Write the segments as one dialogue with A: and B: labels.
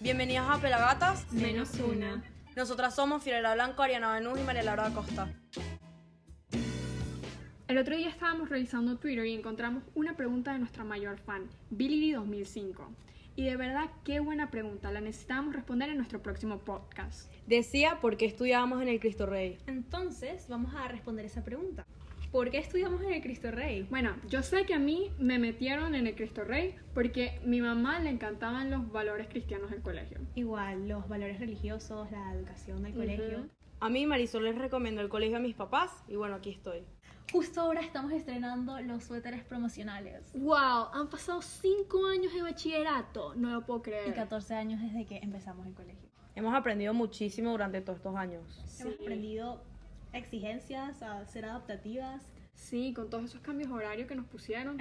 A: Bienvenidas a Pelagatas.
B: Menos una.
A: Nosotras somos Fiorella Blanco, Ariana Benús y María Laura Costa.
B: El otro día estábamos revisando Twitter y encontramos una pregunta de nuestra mayor fan, Billy 2005. Y de verdad, qué buena pregunta. La necesitábamos responder en nuestro próximo podcast.
A: Decía por qué estudiábamos en el Cristo Rey.
C: Entonces, vamos a responder esa pregunta. ¿Por qué estudiamos en el Cristo Rey?
B: Bueno, yo sé que a mí me metieron en el Cristo Rey porque mi mamá le encantaban los valores cristianos del colegio.
C: Igual, los valores religiosos, la educación del colegio.
A: A mí Marisol les recomiendo el colegio a mis papás y bueno, aquí estoy.
C: Justo ahora estamos estrenando los suéteres promocionales.
B: ¡Wow! Han pasado 5 años de bachillerato. No lo puedo creer.
C: Y 14 años desde que empezamos el colegio.
A: Hemos aprendido muchísimo durante todos estos años.
C: Hemos aprendido exigencias, a ser adaptativas,
B: Sí, con todos esos cambios horarios que nos pusieron.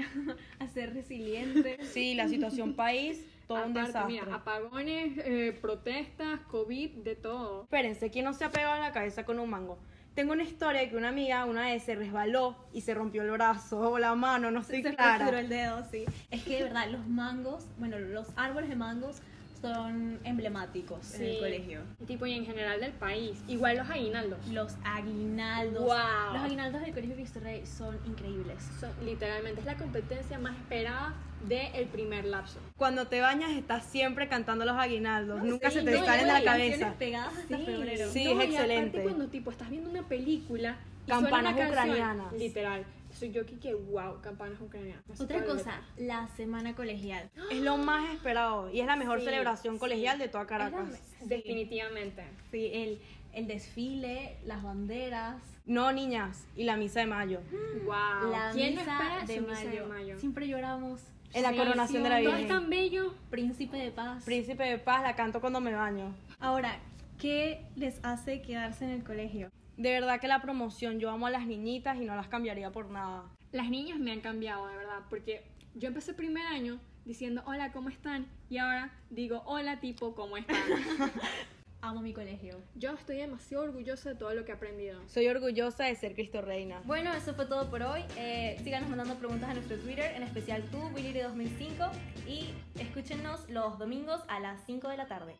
C: a ser resilientes.
A: Sí, la situación país, todo un
B: Aparte,
A: desastre.
B: mira, apagones, eh, protestas, COVID, de todo.
A: Espérense, ¿quién no se ha pegado la cabeza con un mango? Tengo una historia de que una amiga una vez se resbaló y se rompió el brazo o la mano, no estoy
C: se
A: clara.
C: fracturó el dedo, sí. Es que de verdad, los mangos, bueno, los árboles de mangos son emblemáticos en el
B: Sí.
C: colegio.
B: Tipo, y en general del país. Igual los aguinaldos.
C: Los aguinaldos.
B: Wow.
C: Los aguinaldos del colegio Cristo Rey son increíbles.
B: Son- literalmente es la competencia más esperada del primer lapso.
A: Cuando te bañas estás siempre cantando los aguinaldos, nunca
C: Sí,
A: se te
C: no,
A: salen de
C: yo
A: la
C: tengo canciones
A: cabeza.
C: pegadas hasta febrero.
A: sí,
B: No,
A: es
B: y
A: excelente.
B: Aparte cuando tipo estás viendo una película y
A: Campanas
B: suena una canción,
A: ucranianas.
B: literal. Soy yo que que wow, campanas ucranianas. Me
C: Otra
B: super
C: cosa, la semana colegial.
A: Es lo más esperado y es la mejor
B: Sí,
A: celebración colegial de toda Caracas.
C: Es
B: violenta. Definitivamente.
C: Sí, el, el desfile, las banderas,
A: No, niñas, y la misa de mayo.
B: Wow.
C: Mm. la
B: ¿Quién no
C: misa,
B: espera
C: de,
B: su
C: mayo.
B: misa de mayo?
C: Siempre lloramos.
A: En la
C: Sí,
A: coronación de la
B: Todo
A: Virgen.
B: es tan bello.
C: Príncipe de paz.
A: Príncipe de paz, la canto cuando me baño.
C: Ahora, ¿qué les hace quedarse en el colegio?
A: De verdad que la promoción, yo amo a las niñitas y no las cambiaría por nada.
B: Las niñas me han cambiado, de verdad, porque yo empecé el primer año diciendo hola, ¿cómo están? Y ahora digo hola, tipo, ¿cómo están?
C: Amo mi colegio.
B: yo estoy demasiado orgullosa de todo lo que he aprendido.
A: Soy orgullosa de ser Cristo Reina.
D: Bueno, eso fue todo por hoy. Eh, síganos mandando preguntas a nuestro Twitter, en especial tú, Willy 2005, y escúchenos los domingos a las 5 de la tarde.